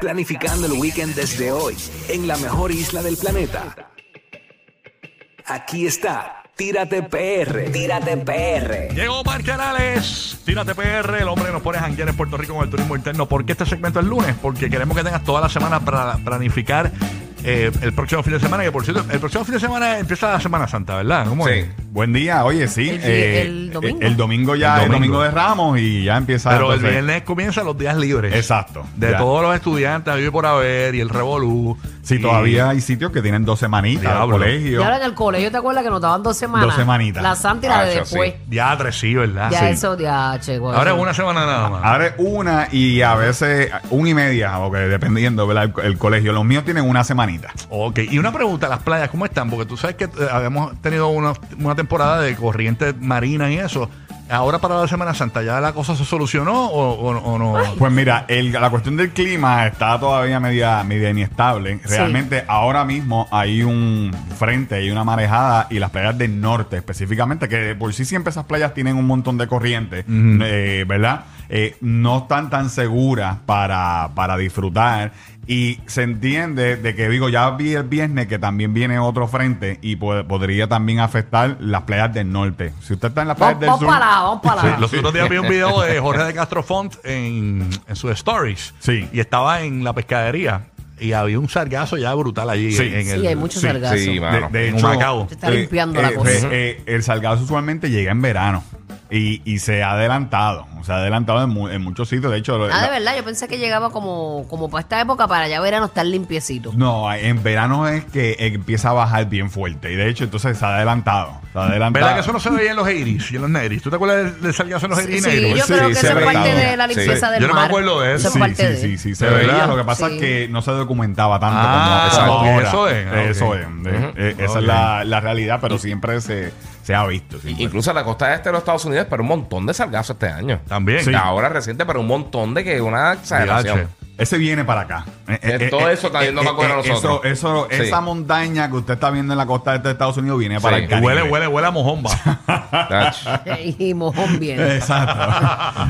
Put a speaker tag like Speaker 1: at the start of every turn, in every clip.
Speaker 1: Planificando el weekend desde hoy en la mejor isla del planeta. Aquí está, tírate PR, tírate PR.
Speaker 2: Llegó Parcanales, tírate PR, el hombre que nos pone a janguear en Puerto Rico con el turismo interno. ¿Por qué este segmento es lunes? Porque queremos que tengas toda la semana para planificar eh, el próximo fin de semana, que por cierto, el próximo fin de semana empieza la Semana Santa, ¿verdad? ¿Cómo
Speaker 3: Sí.
Speaker 2: es?
Speaker 4: Buen día, oye, sí. eh,
Speaker 5: El- el domingo.
Speaker 4: el domingo ya
Speaker 2: El
Speaker 4: es
Speaker 2: domingo.
Speaker 4: domingo de Ramos y ya empieza
Speaker 2: Pero el
Speaker 4: entonces-
Speaker 2: viernes comienzan los días libres.
Speaker 4: Exacto.
Speaker 2: De
Speaker 4: ya.
Speaker 2: todos los estudiantes, vive por haber, y el revolú.
Speaker 4: Sí,
Speaker 2: y-
Speaker 4: todavía hay sitios que tienen dos semanitas,
Speaker 2: Diablo.
Speaker 5: Y
Speaker 4: colegio.
Speaker 5: ahora en el colegio, ¿te acuerdas que nos daban dos semanas?
Speaker 4: Dos semanitas.
Speaker 5: La santa y la
Speaker 4: Ah,
Speaker 5: de
Speaker 4: eso
Speaker 5: después.
Speaker 4: sí.
Speaker 2: Diatre, sí, ¿verdad?
Speaker 5: Ya
Speaker 2: Ah, Sí.
Speaker 5: eso, ya, che, güey.
Speaker 2: Ahora es una semana nada más.
Speaker 4: Ahora es una y a veces una y media, porque dependiendo, ¿verdad? El, el colegio. Los míos tienen una semanita.
Speaker 2: Ok, y una pregunta, las playas, ¿cómo están? Porque tú sabes que eh, habíamos tenido una, una temporada de corriente marina y eso. Ahora para la Semana Santa, ¿ya la cosa se solucionó o, o- o no?
Speaker 4: Pues mira, el- la cuestión del clima está todavía media, media inestable. Realmente ahora mismo hay un frente, hay una marejada y las playas del norte específicamente, que de por sí siempre esas playas tienen un montón de corriente, eh, ¿verdad? Eh, no están tan seguras para, para disfrutar. Y se entiende de que, digo, ya vi el viernes que también viene otro frente y po- podría también afectar las playas del norte. Si usted está en las playas
Speaker 5: Vamos,
Speaker 4: del
Speaker 5: vamos
Speaker 4: sur...
Speaker 5: para la, vamos para
Speaker 2: Sí,
Speaker 5: la.
Speaker 2: los otros días vi un video de Jorge de Castro Font en, en sus stories.
Speaker 4: Sí.
Speaker 2: Y estaba en la pescadería y había un sargazo ya brutal allí.
Speaker 4: Sí.
Speaker 2: en, en
Speaker 5: Sí,
Speaker 2: el,
Speaker 5: hay Ah, muchos
Speaker 4: sí,
Speaker 5: sargazos.
Speaker 3: sí,
Speaker 4: De,
Speaker 3: mano.
Speaker 4: de
Speaker 2: En
Speaker 4: hecho,
Speaker 2: Humacao.
Speaker 5: Se está limpiando la cosa.
Speaker 4: pues, eh, el salgado usualmente llega en verano y, y se ha adelantado. Se ha adelantado en, mu- en muchos sitios. De hecho, lo-
Speaker 5: Ah, de
Speaker 4: la-
Speaker 5: verdad, yo pensé que llegaba como, como para esta época, para ya verano estar limpiecito.
Speaker 4: no, en verano es que empieza a bajar bien fuerte. Y de hecho, entonces se ha adelantado. Se ha adelantado.
Speaker 2: ¿Verdad que eso no se veía en los 80s y en los 90s? ¿Tú te acuerdas del, del sargazo en los 80s
Speaker 5: Sí,
Speaker 2: negros?
Speaker 5: yo
Speaker 4: Sí,
Speaker 5: creo que
Speaker 4: se
Speaker 5: eso es
Speaker 4: ve
Speaker 5: parte
Speaker 4: todo.
Speaker 5: de la
Speaker 3: Sí.
Speaker 5: limpieza del
Speaker 2: Yo no me
Speaker 5: mar.
Speaker 2: acuerdo de
Speaker 4: Sí,
Speaker 5: Eso es
Speaker 2: eso.
Speaker 5: parte
Speaker 4: sí,
Speaker 5: de-
Speaker 4: sí, sí, se
Speaker 2: ¿De
Speaker 4: veía.
Speaker 2: verdad?
Speaker 4: Lo que pasa
Speaker 5: Sí.
Speaker 4: es que no se documentaba tanto
Speaker 2: Ah,
Speaker 4: como
Speaker 2: ok,
Speaker 4: ahora.
Speaker 2: eso es, ah,
Speaker 4: Eso
Speaker 2: ok.
Speaker 4: es. Eh, eh, Esa
Speaker 2: Ok.
Speaker 4: es la, la realidad, pero siempre se, se ha visto. siempre.
Speaker 3: Incluso la costa este de los Estados Unidos, pero un montón de salgazo este año.
Speaker 2: También.
Speaker 4: Sí.
Speaker 3: Ahora reciente, pero un montón de que una
Speaker 2: Diache.
Speaker 3: exageración.
Speaker 4: Ese viene para acá. Eh, eh,
Speaker 3: Eh,
Speaker 4: eh,
Speaker 3: todo
Speaker 4: eh,
Speaker 3: eso está
Speaker 4: eh,
Speaker 3: yendo para
Speaker 4: eh,
Speaker 3: afuera de
Speaker 4: eh,
Speaker 3: nosotros.
Speaker 4: Eso, eso-
Speaker 3: Sí.
Speaker 4: Esa montaña que usted está viendo en la costa este de Estados Unidos viene para
Speaker 3: Sí.
Speaker 4: el Caribe.
Speaker 2: Huele, huele, huele a mojomba.
Speaker 3: Ach.
Speaker 5: Y mojón bien.
Speaker 4: Exacto.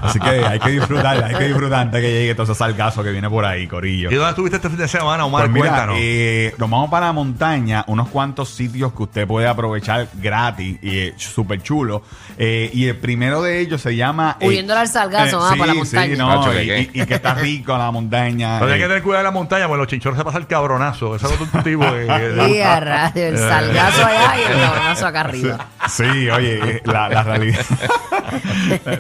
Speaker 4: Así que hay que disfrutarla, hay que disfrutar antes que llegue todo ese salgazo que viene por ahí, Corillo.
Speaker 2: ¿Y dónde estuviste este fin de semana, Omar?
Speaker 4: Pues mira,
Speaker 2: Cuéntanos.
Speaker 4: eh, nos vamos para la montaña, unos cuantos sitios que usted puede aprovechar gratis y eh, súper chulo. Eh, y el primero de ellos se llama... eh,
Speaker 5: Huyéndole al salgazo, ah,
Speaker 4: sí,
Speaker 5: para la
Speaker 4: Sí,
Speaker 5: montaña.
Speaker 4: no,
Speaker 3: Nacho,
Speaker 4: y,
Speaker 3: ¿qué, qué?
Speaker 4: y- y que está rico la montaña.
Speaker 2: Pero hay que
Speaker 4: eh.
Speaker 2: tener cuidado en la montaña, porque los chinchorros se pasa el cabronazo. Eso es otro tipo. que-
Speaker 5: Y a radio, el salgazo allá y el abrazo acá arriba.
Speaker 4: Sí, oye, eh, la, la realidad.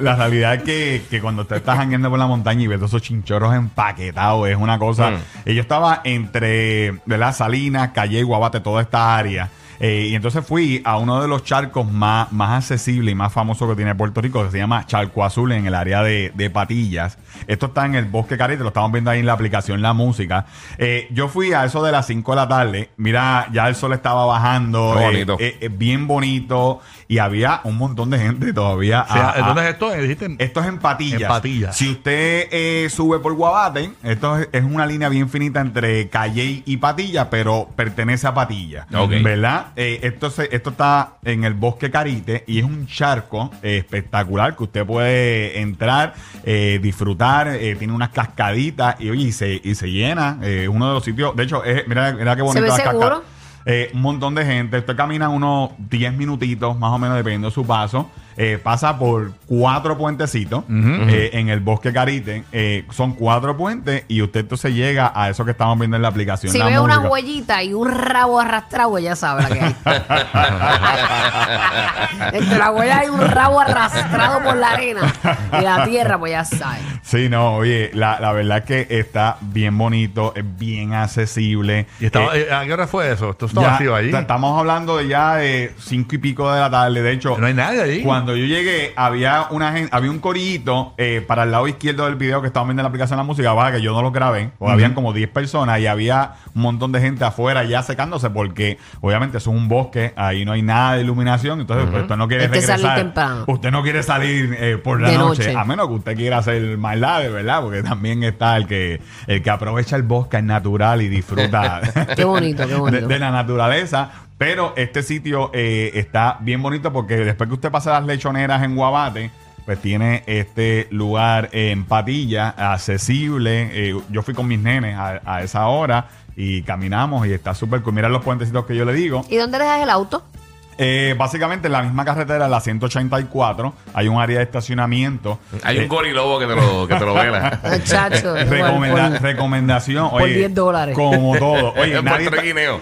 Speaker 4: la realidad es que, que cuando te estás jangueando por la montaña y ves todos esos chinchorros empaquetados, es una
Speaker 3: Mm.
Speaker 4: cosa. Y yo estaba entre, ¿verdad? Salinas, Calle, Guabate, toda esta área. Eh, y entonces fui a uno de los charcos más, más accesibles y más famosos que tiene Puerto Rico, que se llama Charco Azul, en el área de, de Patillas. Esto está en el Bosque Carete, lo estamos viendo ahí en la aplicación La Música. Eh, yo fui a eso de las 5 de la tarde. Mira, ya el sol estaba bajando.
Speaker 3: Qué
Speaker 4: eh,
Speaker 3: bonito.
Speaker 4: eh, eh, bien bonito y había un montón de gente todavía.
Speaker 2: O sea,
Speaker 4: Ah, ah,
Speaker 2: ¿Dónde es esto? Eh, Dijiste en-
Speaker 4: esto es en Patillas.
Speaker 2: En Patillas.
Speaker 4: Si usted eh, sube por Guabate, esto es, es una línea bien finita entre Calle y Patillas, pero pertenece a Patillas.
Speaker 3: Ok.
Speaker 4: ¿Verdad? Eh, esto, se- esto está en el bosque Carite y es un charco eh, espectacular que usted puede entrar, eh, disfrutar, eh, tiene unas cascaditas y, oye, y, se, y se llena. eh, uno de los sitios, de hecho, es- mira, mira qué bonito
Speaker 5: ve
Speaker 4: las cascadas.
Speaker 5: seguro?
Speaker 4: Eh, un montón de gente. Usted camina unos 10 minutitos, más o menos, dependiendo de su paso. eh, pasa por cuatro puentecitos eh, en el bosque Carite. eh, son cuatro puentes y usted entonces llega a eso que estamos viendo en la aplicación.
Speaker 5: Si
Speaker 4: la
Speaker 5: ve una
Speaker 4: música.
Speaker 5: huellita y un rabo arrastrado, ella sabe la que hay. Entre la huella hay un rabo arrastrado por la arena y la tierra, pues ya sabe.
Speaker 4: Sí, no, oye, la, la verdad es que está bien bonito, es bien accesible.
Speaker 2: ¿Y estaba-
Speaker 4: Eh,
Speaker 2: eh, ¿A qué hora fue eso? Esto está
Speaker 4: ya
Speaker 2: vacío allí.
Speaker 4: t- Estamos hablando de ya de cinco y pico de la tarde. De hecho,
Speaker 2: No hay nadie allí.
Speaker 4: cuando yo llegué, había una gen- había un corillito eh, para el lado izquierdo del video que estaba viendo en la aplicación de la música. Baja que yo no lo grabé. O habían como 10 personas y había un montón de gente afuera ya secándose porque obviamente eso es un bosque. Ahí no hay nada de iluminación. Entonces, pues, usted no quiere
Speaker 5: Hay que salir
Speaker 4: regresar.
Speaker 5: temprano.
Speaker 4: Usted no quiere salir eh, por la
Speaker 5: De
Speaker 4: noche.
Speaker 5: noche.
Speaker 4: A menos que usted quiera hacer maldades, ¿verdad? Porque también está el que, el que aprovecha el bosque es natural y disfruta.
Speaker 5: Qué bonito, qué bonito.
Speaker 4: De, de la naturaleza. Pero este sitio eh, está bien bonito porque después que usted pasa las lechoneras en Guabate, pues tiene este lugar eh, en Patilla, accesible. Eh, yo fui con mis nenes a, a esa hora y caminamos y está súper cool. Mira los puentecitos que yo le digo.
Speaker 5: ¿Y dónde dejas el auto?
Speaker 4: Eh, básicamente en la misma carretera, la 184, hay un área de estacionamiento.
Speaker 3: Hay
Speaker 4: Eh,
Speaker 3: un gorilobo que te lo, que te lo vela.
Speaker 5: Chacho.
Speaker 4: recomenda-
Speaker 5: por-
Speaker 4: recomendación.
Speaker 5: por 10 dólares.
Speaker 4: Como todo. Oye,
Speaker 3: En
Speaker 4: nadie,
Speaker 3: Puerto Guineo.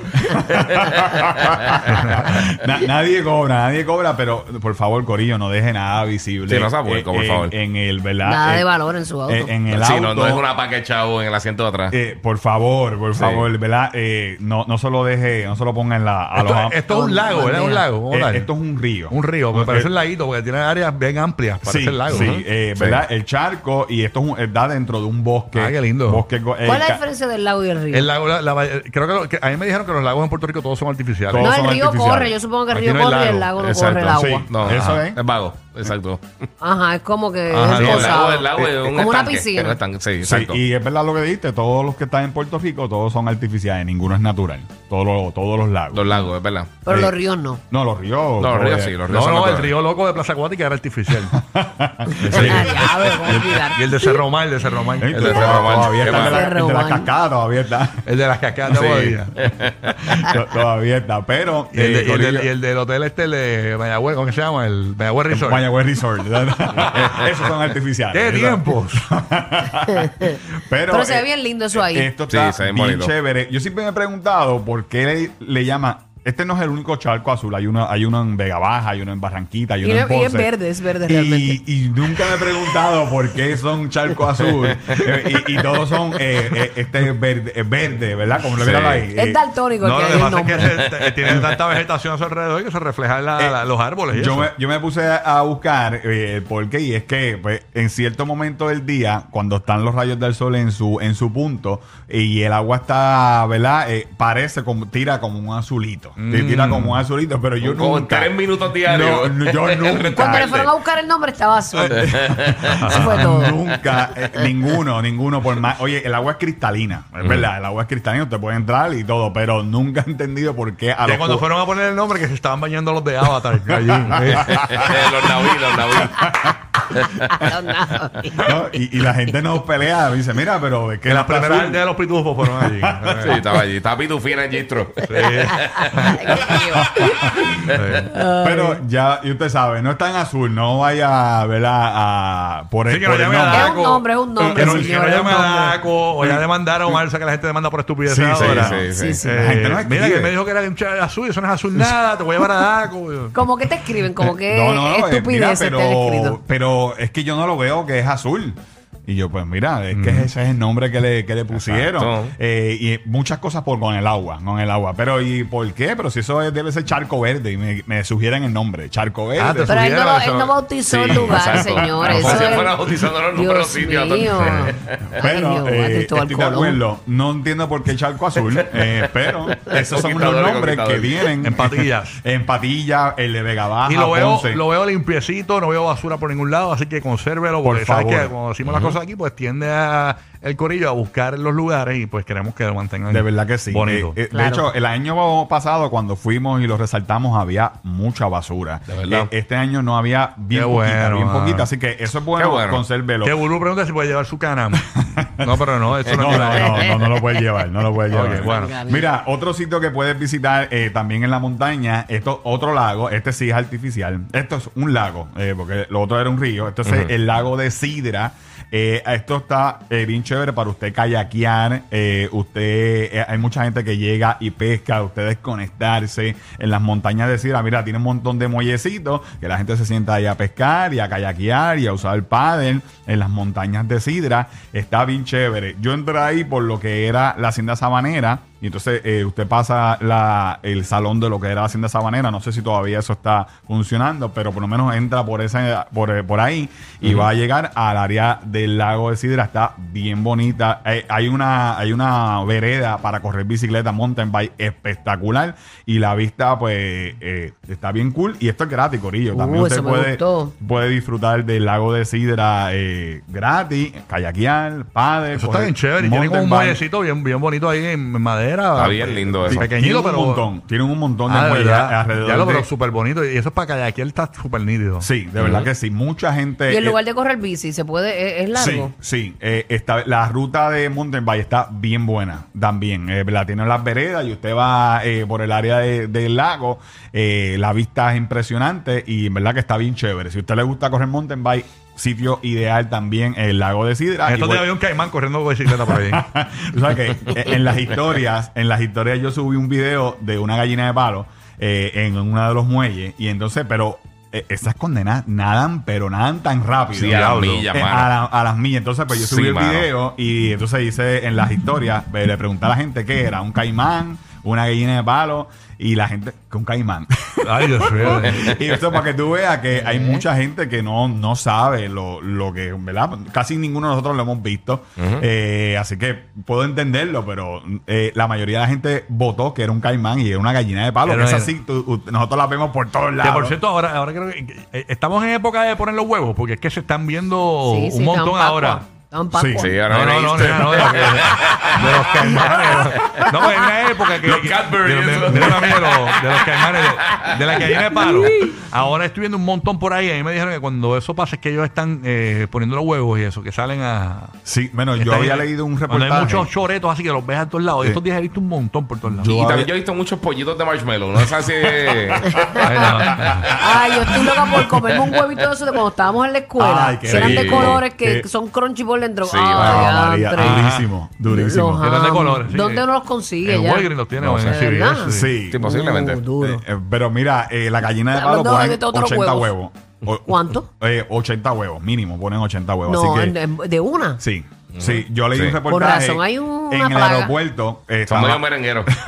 Speaker 4: Na- nadie cobra, nadie cobra, pero por favor, Corillo, no deje nada visible. eh,
Speaker 3: Sí, no sea puerco, por
Speaker 4: en,
Speaker 3: favor.
Speaker 4: En el, ¿verdad?
Speaker 5: Nada de
Speaker 4: Eh,
Speaker 5: valor en su auto.
Speaker 4: eh, en el
Speaker 3: Sí,
Speaker 4: auto.
Speaker 3: no, no es una paca chavo en el asiento de atrás.
Speaker 4: Eh, por favor, por
Speaker 3: Sí.
Speaker 4: favor, ¿verdad? Eh, no, no se lo deje, no se lo ponga en la. a los
Speaker 2: Esto,
Speaker 4: am-
Speaker 2: esto es un lago, ¿verdad? Un lago. vamos a
Speaker 4: Eh,
Speaker 2: hablar.
Speaker 4: esto es un río.
Speaker 2: Un río, me
Speaker 4: Ok.
Speaker 2: parece un laguito porque tiene áreas bien amplias, parece
Speaker 4: sí,
Speaker 2: el lago.
Speaker 4: sí,
Speaker 2: ¿no?
Speaker 4: eh, ¿verdad? El charco y esto es un- está dentro de un bosque.
Speaker 2: Ah, qué lindo.
Speaker 4: Bosque, go- eh,
Speaker 5: ¿Cuál es la
Speaker 4: ca-
Speaker 5: diferencia del lago y el río?
Speaker 2: El lago, la- la- eh, creo que, lo- que a mí me dijeron que los lagos en Puerto Rico todos son artificiales.
Speaker 4: Todos
Speaker 5: no, el
Speaker 4: son
Speaker 5: río
Speaker 4: artificiales.
Speaker 5: corre. Yo supongo que el
Speaker 2: Aquí
Speaker 5: río
Speaker 2: no hay
Speaker 5: corre y el
Speaker 2: lago.
Speaker 5: lago no corre el
Speaker 3: Exacto,
Speaker 5: agua.
Speaker 4: sí.
Speaker 3: No,
Speaker 4: Eso
Speaker 3: ajá,
Speaker 4: es.
Speaker 3: vago, exacto.
Speaker 5: Ajá, es como que
Speaker 2: Ajá,
Speaker 5: es
Speaker 2: no,
Speaker 3: el lago,
Speaker 5: rosado.
Speaker 3: el lago es un
Speaker 5: Como una
Speaker 3: estanque,
Speaker 5: piscina.
Speaker 3: un estanque, sí,
Speaker 4: Sí,
Speaker 3: exacto.
Speaker 4: y es verdad lo que dijiste, todos los que están en Puerto Rico, todos son artificiales, ninguno es natural. Todos los, todos los lagos.
Speaker 3: Los lagos, es verdad.
Speaker 5: Pero
Speaker 4: Sí.
Speaker 5: los ríos no.
Speaker 4: No, los ríos.
Speaker 3: Los
Speaker 4: todo
Speaker 3: ríos
Speaker 4: es- eh,
Speaker 3: sí, los ríos
Speaker 2: No,
Speaker 3: son
Speaker 2: no, el
Speaker 3: naturales.
Speaker 2: río loco de Plaza Acuática era artificial.
Speaker 5: Ya, ya, me voy a olvidar.
Speaker 2: y el de Cerro Mar, el de Cerro Mar.
Speaker 4: El
Speaker 3: El de
Speaker 4: de
Speaker 3: Cerro Román.
Speaker 4: Todavía
Speaker 3: ¿Qué
Speaker 4: está el de,
Speaker 5: pasa?
Speaker 4: la, el de la
Speaker 5: Román.
Speaker 4: cascada, todavía está.
Speaker 2: El de las cascadas de Aguadilla.
Speaker 4: To- todavía está, pero.
Speaker 2: Y el, de-
Speaker 4: eh,
Speaker 2: y el del-
Speaker 4: Corillo-
Speaker 2: y el del hotel este el de Mayagüez, ¿cómo que se llama? El Mayagüez Resort.
Speaker 4: Mayagüez Resort. Esos son artificiales.
Speaker 2: ¡Qué
Speaker 4: ¿verdad?
Speaker 2: tiempos!
Speaker 4: Pero,
Speaker 5: Pero se ve
Speaker 4: eh,
Speaker 5: bien lindo eso ahí.
Speaker 4: Esto
Speaker 3: Sí,
Speaker 4: está
Speaker 3: se ve
Speaker 4: bien
Speaker 3: bonito.
Speaker 4: chévere. Yo siempre me he preguntado por qué le, le llaman. Este no es el único charco azul. Hay uno, hay uno en Vega Baja, hay uno en Barranquita, hay
Speaker 5: Y
Speaker 4: uno
Speaker 5: no-
Speaker 4: en
Speaker 5: y es
Speaker 4: Ponce.
Speaker 5: verde, es verde
Speaker 4: Y-
Speaker 5: realmente.
Speaker 4: Y, nunca me he preguntado por qué son charco azul. Eh, y, y todos son eh, eh, este es verde, es verde, ¿verdad? Como lo
Speaker 3: Sí.
Speaker 4: miran ahí.
Speaker 5: es
Speaker 4: Eh,
Speaker 5: daltónico el
Speaker 2: no,
Speaker 5: que
Speaker 2: lo
Speaker 5: hay
Speaker 2: que
Speaker 5: el
Speaker 2: pasa es
Speaker 5: nombre.
Speaker 2: que se- te- tienen tanta vegetación a su alrededor que se refleja en la-
Speaker 4: Eh,
Speaker 2: la- los árboles. y
Speaker 4: Yo
Speaker 2: eso.
Speaker 4: me, yo me puse a buscar eh, por qué, y es que pues, en cierto momento del día, cuando están los rayos del sol en su, en su punto y el agua está, ¿verdad? Eh, parece como, tira como un azulito.
Speaker 2: Mm.
Speaker 4: Te Tira como un azulito, pero yo
Speaker 3: Como
Speaker 4: nunca.
Speaker 3: tres minutos diarios.
Speaker 4: No, no, yo nunca.
Speaker 5: Cuando le fueron a buscar el nombre estaba azul. Eso fue todo.
Speaker 4: Nunca, eh, ninguno, ninguno, por más. Oye, el agua es cristalina, es verdad, el agua es cristalina, usted puede entrar y todo, pero nunca he entendido por qué a
Speaker 2: Ya
Speaker 4: los
Speaker 2: cuando
Speaker 4: cu-
Speaker 2: fueron a poner el nombre que se estaban bañando los de Avatar. allí. Eh,
Speaker 3: los naví, los naví.
Speaker 4: ¿no? y, y la gente nos pelea, dice, mira, pero es que
Speaker 2: que
Speaker 4: la
Speaker 2: las primeras artes de los pitufos fueron allí. Eh,
Speaker 3: Sí, estaba allí. Estaba pitufina en Gistro.
Speaker 2: Eh,
Speaker 4: Pero ya, y usted sabe, no es tan azul, no vaya ¿verdad? a por el,
Speaker 2: Sí, que no
Speaker 4: por el
Speaker 2: llame a
Speaker 4: nombre.
Speaker 5: Es un nombre, es un nombre,
Speaker 2: Que no, que
Speaker 5: señor,
Speaker 2: no
Speaker 5: es un
Speaker 2: llame a
Speaker 5: nombre.
Speaker 2: Daco, o ya demandaron a Alza que la gente demanda por estupidez
Speaker 4: Sí, sí,
Speaker 2: ahora.
Speaker 3: sí, sí.
Speaker 5: Sí, sí.
Speaker 2: Eh,
Speaker 4: La gente no
Speaker 2: mira
Speaker 4: escribe.
Speaker 2: que me dijo que era un cha- azul, eso no es azul nada, te voy a llevar a Daco.
Speaker 5: Como que te escriben, como que
Speaker 4: No, no, no, eh, mira,
Speaker 5: estupideces te han
Speaker 4: pero,
Speaker 5: escrito.
Speaker 4: pero es que yo no lo veo que es azul. Y yo, pues mira, es que
Speaker 2: Mm.
Speaker 4: ese es el nombre que le, que le pusieron.
Speaker 3: Exacto.
Speaker 4: Eh, y muchas cosas por con el agua, con el agua. Pero, ¿y por qué? Pero si eso es- debe ser charco verde. Y me, me sugieren el nombre, charco verde.
Speaker 2: Ah, te
Speaker 5: Pero él no,
Speaker 2: subiera
Speaker 5: lo-
Speaker 2: eso.
Speaker 5: él no bautizó
Speaker 3: Sí,
Speaker 5: el lugar,
Speaker 3: exacto.
Speaker 5: señor.
Speaker 3: Como
Speaker 5: Eso
Speaker 3: si
Speaker 5: es-
Speaker 3: fuera bautizando los números
Speaker 5: Dios
Speaker 3: sitios.
Speaker 5: mío.
Speaker 4: Pero
Speaker 5: Ay, Dios, a
Speaker 4: eh,
Speaker 5: Cristóbal
Speaker 4: estoy de
Speaker 5: Colón.
Speaker 4: acuerdo. No entiendo por qué Charco Azul, eh, pero esos son los
Speaker 3: Conquistadores,
Speaker 4: nombres que
Speaker 3: conquistadores.
Speaker 4: vienen.
Speaker 2: En Patillas.
Speaker 4: en Patillas, el de Vega Baja,
Speaker 2: Y lo veo,
Speaker 4: Ponce.
Speaker 2: lo veo limpiecito, no veo basura por ningún lado, así que consérvelo, porque
Speaker 4: Por
Speaker 2: sabes
Speaker 4: favor.
Speaker 2: que cuando decimos las cosas aquí, pues tiende a el corillo a buscar los lugares y pues queremos que lo mantengan.
Speaker 4: De verdad que sí.
Speaker 2: Bonito.
Speaker 4: Eh, eh,
Speaker 5: Claro.
Speaker 4: De hecho, el año pasado, cuando fuimos y lo resaltamos, había mucha basura.
Speaker 3: De verdad.
Speaker 4: Eh, este año no había bien
Speaker 2: Qué
Speaker 4: poquita,
Speaker 2: bueno,
Speaker 4: bien
Speaker 2: mano.
Speaker 4: poquita. Así que eso es bueno,
Speaker 3: Qué bueno.
Speaker 4: consérvelo.
Speaker 2: que Burú pregunta si puede llevar su canam. No, pero no, eso no,
Speaker 4: Eh, No,
Speaker 2: es
Speaker 4: no, no, no, no lo puedes llevar, no lo puedes llevar.
Speaker 2: Ok, bueno.
Speaker 4: Mira, otro sitio que puedes visitar eh, también en la montaña, esto otro lago, este sí es artificial. Esto es un lago, eh, porque lo otro era un río. Entonces, el lago de Sidra. eh, esto está eh, bien chévere para usted kayakear. eh, usted, eh, hay mucha gente que llega y pesca, usted desconectarse en las montañas de Sidra. Mira, tiene un montón de muellecitos que la gente se sienta ahí a pescar y a kayakear y a usar el paddle en las montañas de Sidra. Está bien chévere. Yo entré ahí por lo que era la hacienda sabanera. Y entonces eh, usted pasa la- el salón de lo que era la Hacienda Sabanera. No sé si todavía eso está funcionando, pero por lo menos entra por esa, por, eh, por ahí y va a llegar al área del lago de Sidra. Está bien bonita. Eh, hay, una, hay una vereda para correr bicicleta, mountain bike, espectacular. Y la vista, pues, eh, está bien cool. Y esto es gratis, Corillo. También
Speaker 5: Uh,
Speaker 4: usted
Speaker 5: eso me
Speaker 4: puede,
Speaker 5: gustó.
Speaker 4: puede disfrutar del lago de Sidra eh, gratis, kayakear, padre.
Speaker 2: Eso está bien chévere. Y tiene como un muellecito bien, bien bonito ahí en madera.
Speaker 3: Está bien lindo eso.
Speaker 2: Pequeñito, pero.
Speaker 4: un montón. Tienen un montón de
Speaker 2: Ah, de
Speaker 4: muelles
Speaker 2: verdad.
Speaker 4: alrededor.
Speaker 2: Ya lo,
Speaker 4: de-
Speaker 2: pero súper bonito. Y eso es para aquí él está súper nítido.
Speaker 4: Sí, de verdad que sí. Mucha gente.
Speaker 5: Y en
Speaker 4: eh,
Speaker 5: lugar de correr bici, ¿se puede? ¿Es, es largo?
Speaker 4: Sí, sí. Eh, está, la ruta de mountain bike está bien buena también. Eh, la tiene en las veredas y usted va eh, por el área de- del lago. Eh, la vista es impresionante y en verdad que está bien chévere. Si a usted le gusta correr mountain bike, sitio ideal también el lago de Sidra.
Speaker 2: En
Speaker 4: Y
Speaker 2: estos
Speaker 4: voy-
Speaker 2: días había un caimán corriendo con bicicleta por ahí.
Speaker 4: Tú sabes que eh, en las historias, en las historias yo subí un video de una gallina de palo eh, en uno de los muelles y entonces, pero eh, esas condenas nadan, pero nadan tan rápido.
Speaker 3: Sí, a las
Speaker 4: Diablo.
Speaker 3: millas,
Speaker 4: Eh,
Speaker 3: mano.
Speaker 4: a, la- a las millas. Entonces, pues yo subí
Speaker 3: Sí,
Speaker 4: el
Speaker 3: mano.
Speaker 4: video y entonces hice en las historias, eh, le pregunté a la gente qué era, un caimán, una gallina de palo y la gente, que un caimán.
Speaker 2: Ay, Dios mío.
Speaker 4: y esto para que tú veas que hay mucha gente que no, no sabe lo, lo que, ¿verdad? Casi ninguno de nosotros lo hemos visto. Eh, así que puedo entenderlo, pero eh, la mayoría de la gente votó que era un caimán y era una gallina de palo.
Speaker 2: Era
Speaker 4: que es
Speaker 2: una-
Speaker 4: así, tú- u- nosotros la vemos por todos
Speaker 2: Que
Speaker 4: lados.
Speaker 2: por cierto, ahora, ahora creo que que, eh, estamos en época de poner los huevos, porque es que se están
Speaker 4: Oh,
Speaker 2: viendo
Speaker 5: Sí, sí,
Speaker 2: un
Speaker 5: está
Speaker 2: montón
Speaker 5: un Pascua.
Speaker 2: ahora.
Speaker 5: Está un Pascua.
Speaker 4: Sí,
Speaker 3: Sí,
Speaker 2: No,
Speaker 3: ahora
Speaker 2: no,
Speaker 3: viene
Speaker 2: no,
Speaker 3: Easter.
Speaker 2: nena, no, de, de- de los caimanes. No, porque es una época que.
Speaker 3: Los
Speaker 2: que-
Speaker 3: Cadbury,
Speaker 2: de, de-
Speaker 3: eso.
Speaker 2: de- mira, mira, los- de los caimanes, de, de la gallina de palo. Ahora estoy viendo un montón por ahí. A mí me dijeron que cuando eso pasa es que ellos están eh, poniendo los huevos y eso, que salen a.
Speaker 4: Sí, bueno, yo
Speaker 2: Está
Speaker 4: había
Speaker 2: bien.
Speaker 4: leído un
Speaker 2: Cuando
Speaker 4: reportaje.
Speaker 2: Hay muchos choretos así que los ves a todos lados. Y Estos días he visto un montón por todos lados.
Speaker 3: Y
Speaker 4: Todavía-
Speaker 3: también yo he visto muchos pollitos de marshmallow. No es así. de-
Speaker 2: Ay, no.
Speaker 5: Ay, yo estoy loca por comerme un huevito de eso de cuando estábamos en la escuela.
Speaker 4: Ay, qué
Speaker 5: que eran de
Speaker 3: rico.
Speaker 5: colores que
Speaker 4: Qué-
Speaker 5: son crunchy por dentro.
Speaker 3: Sí,
Speaker 4: Ah,
Speaker 5: Ay,
Speaker 4: María,
Speaker 5: Andrés.
Speaker 4: durísimo, durísimo.
Speaker 5: Los
Speaker 2: Eran de
Speaker 5: amo.
Speaker 2: colores, sí.
Speaker 5: ¿Dónde no los consigue
Speaker 2: En
Speaker 5: ya?
Speaker 2: Walgreens los tiene,
Speaker 3: No
Speaker 2: o en
Speaker 3: sé,
Speaker 5: ¿de
Speaker 2: CVS,
Speaker 5: verdad?
Speaker 2: sí.
Speaker 4: Sí.
Speaker 3: Sí, posiblemente.
Speaker 5: Uh, duro.
Speaker 4: Eh, eh, pero mira, eh, la gallina de palo
Speaker 5: Hablando
Speaker 4: ponen
Speaker 5: de otros
Speaker 4: 80 huevos.
Speaker 5: huevos.
Speaker 4: O-
Speaker 5: ¿Cuánto?
Speaker 4: eh, 80 huevos, mínimo, ponen 80 huevos.
Speaker 5: No,
Speaker 4: así que,
Speaker 5: en- en- de una.
Speaker 4: Sí, sí, yo leí
Speaker 3: Sí.
Speaker 4: un
Speaker 3: Por
Speaker 4: reportaje.
Speaker 5: razón, hay una
Speaker 4: En el
Speaker 5: plaga.
Speaker 4: aeropuerto. eh,
Speaker 3: Son
Speaker 4: estaba-
Speaker 3: medio merengueros.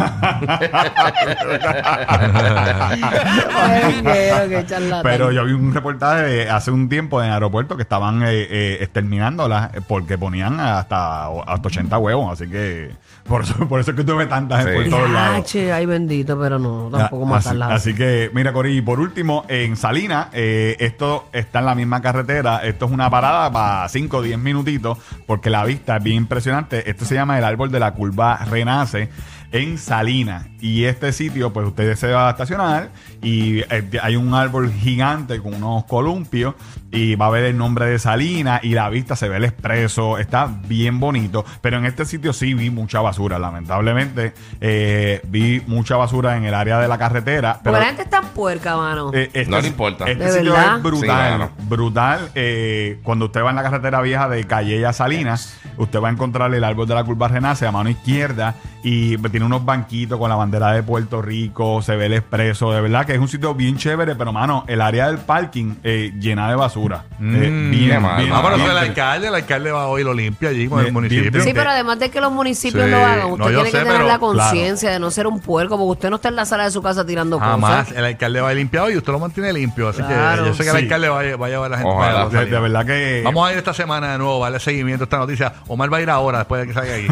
Speaker 5: Ay, qué- qué charlatán.
Speaker 4: pero yo vi un reportaje de hace un tiempo en el aeropuerto que estaban eh, eh, exterminándolas eh, porque ponían hasta, hasta 80 huevos. Así que por eso, por eso es que tuve tantas
Speaker 3: Sí.
Speaker 4: por todos lados.
Speaker 5: Diache, ay bendito, pero no, tampoco
Speaker 4: Ah, así,
Speaker 5: matarla.
Speaker 4: así que, mira, Cori, y por último, en Salinas, eh, esto está en la misma carretera. Esto es una parada para 5 o 10 minutitos, porque la vista es bien impresionante. Esto se llama el árbol de la curva Renace en Salinas. Y este sitio, pues usted se va a estacionar y eh, hay un árbol gigante con unos columpios y va a ver el nombre de Salinas y la vista se ve el expreso. Está bien bonito, pero en este sitio sí vi mucha basura, lamentablemente. Eh, vi mucha basura en el área de la carretera.
Speaker 5: Porque
Speaker 4: Pero,
Speaker 5: la gente está puerca, mano.
Speaker 4: eh, este
Speaker 3: No le
Speaker 4: si-
Speaker 3: importa.
Speaker 4: Este
Speaker 5: ¿De
Speaker 4: sitio
Speaker 5: verdad?
Speaker 4: es brutal.
Speaker 3: Sí, claro.
Speaker 4: Brutal. eh, cuando usted va en la carretera vieja de Calle a Salinas, usted va a encontrar el árbol de la curva renace a mano izquierda y tiene unos banquitos con la bandera de Puerto Rico, se ve el expreso. De verdad que es un sitio bien chévere, pero mano, el área del parking eh, llena de basura. Eh, bien,
Speaker 3: Mm, qué mal,
Speaker 4: bien,
Speaker 2: Ah, pero eso
Speaker 4: bien
Speaker 2: es el
Speaker 4: triste.
Speaker 2: alcalde, el alcalde va hoy y lo limpia allí con el
Speaker 4: Bien,
Speaker 2: municipio.
Speaker 4: bien
Speaker 5: Sí,
Speaker 4: gente.
Speaker 5: pero además de que los municipios
Speaker 2: Sí,
Speaker 5: lo hagan, usted
Speaker 2: no, yo
Speaker 5: tiene que
Speaker 2: sé,
Speaker 5: tener
Speaker 2: pero-
Speaker 5: la conciencia de no ser un puerco, porque usted no está en la sala de su casa tirando
Speaker 2: Jamás,
Speaker 5: cosas.
Speaker 2: el alcalde va limpiado y usted lo mantiene limpio. Así
Speaker 5: Claro.
Speaker 2: que yo sé que el
Speaker 4: Sí.
Speaker 2: alcalde va a, va a llevar a la gente.
Speaker 3: Ojalá.
Speaker 2: para
Speaker 4: De,
Speaker 2: salir.
Speaker 4: de verdad que.
Speaker 2: Vamos a ir esta semana de nuevo, va a darle seguimiento a esta noticia. Omar va a ir ahora, después de que salga ahí.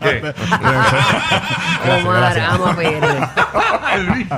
Speaker 2: ¿Qué?
Speaker 4: Gracias,
Speaker 5: Omar,
Speaker 4: gracias.
Speaker 5: ama Pérez.
Speaker 2: Elvis.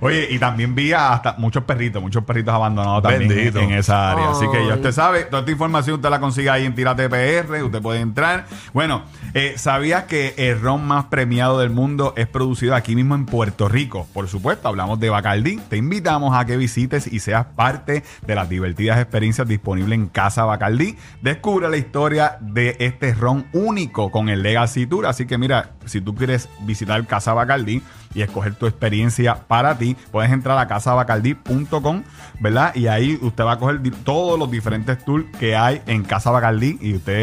Speaker 4: Oye, y también vi hasta muchos perritos, muchos perritos abandonados también
Speaker 2: Bendito.
Speaker 4: en esa área. Así que ya
Speaker 5: Ay.
Speaker 4: usted sabe, toda esta información usted la consigue ahí en Tírate PR, usted puede entrar. Bueno, eh, ¿sabías que el ron más premiado del mundo es producido aquí mismo en Puerto Rico? Por supuesto, hablamos de Bacardí. Te invitamos a que visites y seas parte de las divertidas experiencias disponibles en Casa Bacardí. Descubre la historia de este ron único con el Legacy Tour. Así que mira, si tú quieres visitar Casa Bacardí y escoger tu experiencia para ti, puedes entrar a casabacardí.com, ¿verdad? Y ahí usted va a coger di- todos los diferentes tours que hay en Casa Bacardí y usted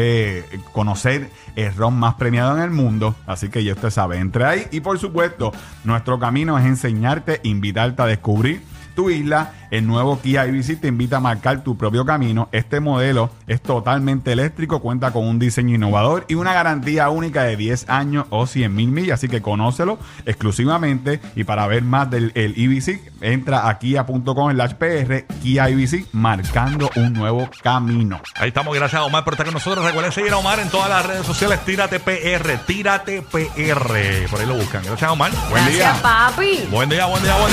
Speaker 4: eh, conocer el ron más premiado en el mundo. Así que ya usted sabe, entre ahí. Y por supuesto, nuestro camino es enseñarte, invitarte a descubrir tu isla. El nuevo Kia IBC te invita a marcar tu propio camino. Este modelo es totalmente eléctrico, cuenta con un diseño innovador y una garantía única de 10 años o 100 mil millas. Así que conócelo exclusivamente. Y para ver más del el IBC, entra a kia.com en PR, Kia IBC, marcando un nuevo camino.
Speaker 2: Ahí estamos, gracias a Omar por estar con nosotros. Recuerden seguir a Omar en todas las redes sociales. Tírate PR, tírate PR. Por ahí lo buscan. Gracias, Omar. Buen día.
Speaker 5: Gracias, papi.
Speaker 2: Buen día, buen día, buen día.